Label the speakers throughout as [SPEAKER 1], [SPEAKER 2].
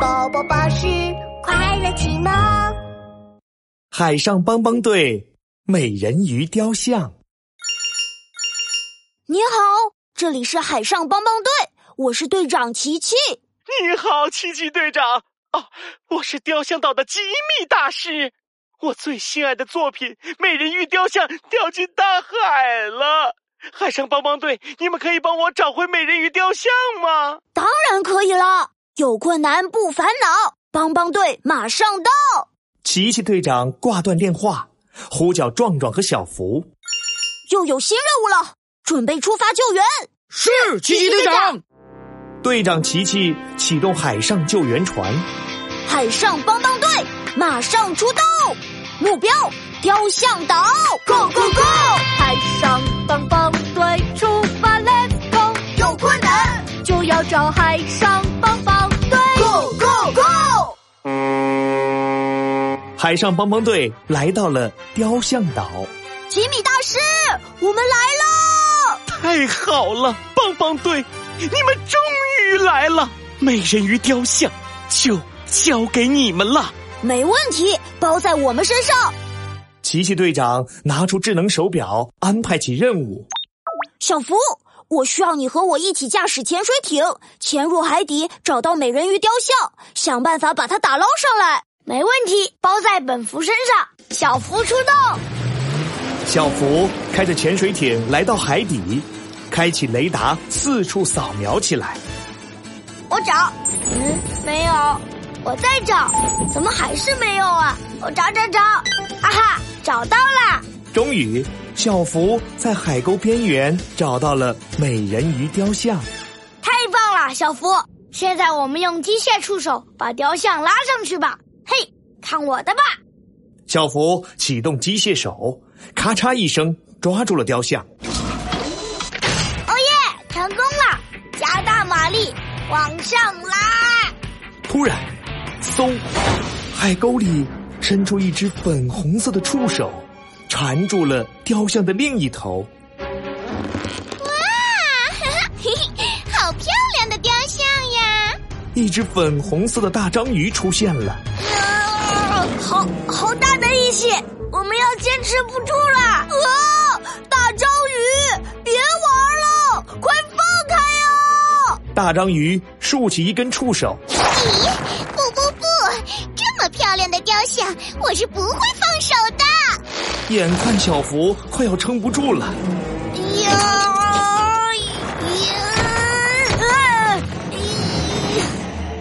[SPEAKER 1] 宝宝巴士快乐启蒙。
[SPEAKER 2] 海上帮帮队美人鱼雕像。
[SPEAKER 3] 你好，这里是海上帮帮队，我是队长琪琪。
[SPEAKER 4] 你好，奇奇队长。哦，我是雕像岛的吉米大师。我最心爱的作品《美人鱼雕像》掉进大海了。海上帮帮队，你们可以帮我找回美人鱼雕像吗？
[SPEAKER 3] 当然可以啦，有困难不烦恼，帮帮队马上到。
[SPEAKER 2] 琪琪队长挂断电话，呼叫壮壮和小福。
[SPEAKER 3] 又有新任务了，准备出发救援。
[SPEAKER 5] 是，奇奇队长。
[SPEAKER 2] 队长琪琪启动海上救援船，
[SPEAKER 3] 海上帮帮队马上出动，目标雕像岛，Go Go Go！
[SPEAKER 6] 海上帮帮队出发，Let's go！
[SPEAKER 1] 有困难
[SPEAKER 6] 就要找海上帮帮队
[SPEAKER 1] ，Go Go Go！
[SPEAKER 2] 海上帮帮队来到了雕像岛。
[SPEAKER 3] 吉米大师，我们来了！
[SPEAKER 4] 太好了，帮帮队，你们终于来了！美人鱼雕像就交给你们了。
[SPEAKER 3] 没问题，包在我们身上。
[SPEAKER 2] 琪琪队长拿出智能手表，安排起任务。
[SPEAKER 3] 小福，我需要你和我一起驾驶潜水艇，潜入海底，找到美人鱼雕像，想办法把它打捞上来。
[SPEAKER 6] 没问题，包在本福身上。小福出动，
[SPEAKER 2] 小福开着潜水艇来到海底，开启雷达四处扫描起来。
[SPEAKER 6] 我找，嗯，没有，我再找，怎么还是没有啊？我找找找，啊哈，找到啦！
[SPEAKER 2] 终于，小福在海沟边缘找到了美人鱼雕像。
[SPEAKER 6] 太棒了，小福！现在我们用机械触手把雕像拉上去吧。嘿，看我的吧！
[SPEAKER 2] 小福启动机械手，咔嚓一声抓住了雕像。
[SPEAKER 6] 哦耶，成功了！加大马力，往上拉！
[SPEAKER 2] 突然，嗖！海沟里伸出一只粉红色的触手，缠住了雕像的另一头。
[SPEAKER 7] 哇，啊嘿嘿，好漂亮的雕像呀！
[SPEAKER 2] 一只粉红色的大章鱼出现了。
[SPEAKER 3] 啊、好好大的力气，我们要坚持不住了！啊，大章鱼，别玩了，快放开呀、啊！
[SPEAKER 2] 大章鱼竖起一根触手。
[SPEAKER 7] 咦，不不不，这么漂亮的雕像，我是不会放手的。
[SPEAKER 2] 眼看小福快要撑不住了，
[SPEAKER 3] 呀呀！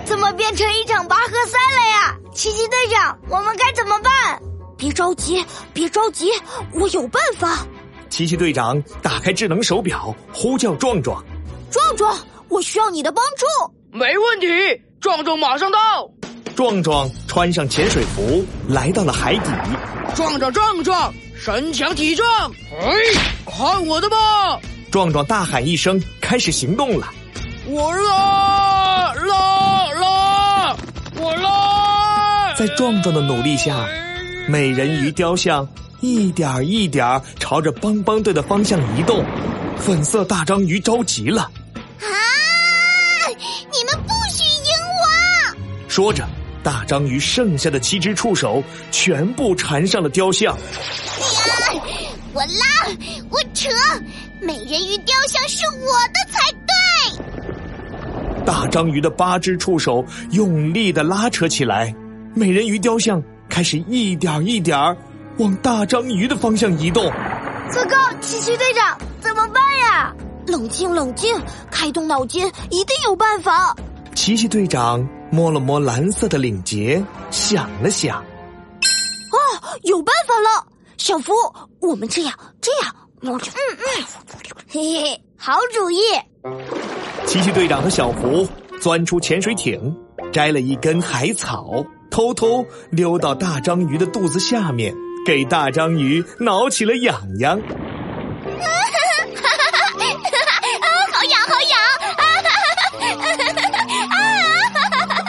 [SPEAKER 3] 怎么变成一场拔河赛了呀？奇奇队长，我们该怎么办？别着急，别着急，我有办法。
[SPEAKER 2] 奇奇队长打开智能手表，呼叫壮壮。
[SPEAKER 3] 壮壮，我需要你的帮助。
[SPEAKER 5] 没问题，壮壮马上到。
[SPEAKER 2] 壮壮穿上潜水服，来到了海底。
[SPEAKER 5] 壮壮，壮壮，身强体壮，哎，看我的吧！
[SPEAKER 2] 壮壮大喊一声，开始行动了。
[SPEAKER 5] 我拉拉拉，我拉。哎
[SPEAKER 2] 在壮壮的努力下，美人鱼雕像一点儿一点儿朝着帮帮队的方向移动。粉色大章鱼着急了：“啊！
[SPEAKER 7] 你们不许赢
[SPEAKER 2] 我！”说着，大章鱼剩下的七只触手全部缠上了雕像。
[SPEAKER 7] 呀！我拉，我扯，美人鱼雕像是我的才对。
[SPEAKER 2] 大章鱼的八只触手用力的拉扯起来。美人鱼雕像开始一点一点儿往大章鱼的方向移动。
[SPEAKER 3] 糟糕，奇奇队长，怎么办呀？冷静，冷静，开动脑筋，一定有办法。
[SPEAKER 2] 奇奇队长摸了摸蓝色的领结，想了想，
[SPEAKER 3] 哦，有办法了！小福，我们这样，这样，嗯嗯，
[SPEAKER 6] 嘿嘿，好主 意！
[SPEAKER 2] 奇奇队长和小福钻出潜水艇，摘了一根海草。偷偷溜到大章鱼的肚子下面，给大章鱼挠起了痒痒。
[SPEAKER 7] 啊，好痒，
[SPEAKER 3] 啊
[SPEAKER 7] 好
[SPEAKER 2] 痒！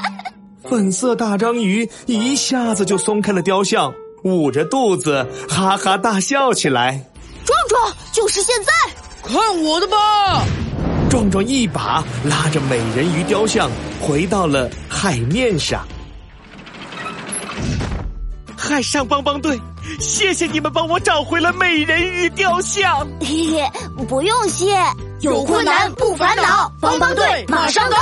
[SPEAKER 2] 粉色大章鱼一下子就松开了雕像，捂着肚子哈哈大笑起来。
[SPEAKER 3] 壮壮，就是现在！
[SPEAKER 5] 看我的吧！
[SPEAKER 2] 壮壮一把拉着美人鱼雕像回到了海面上。
[SPEAKER 4] 海上帮帮队，谢谢你们帮我找回了美人鱼雕像。
[SPEAKER 3] 嘿嘿，不用谢，有困难不烦恼，帮帮队马上到。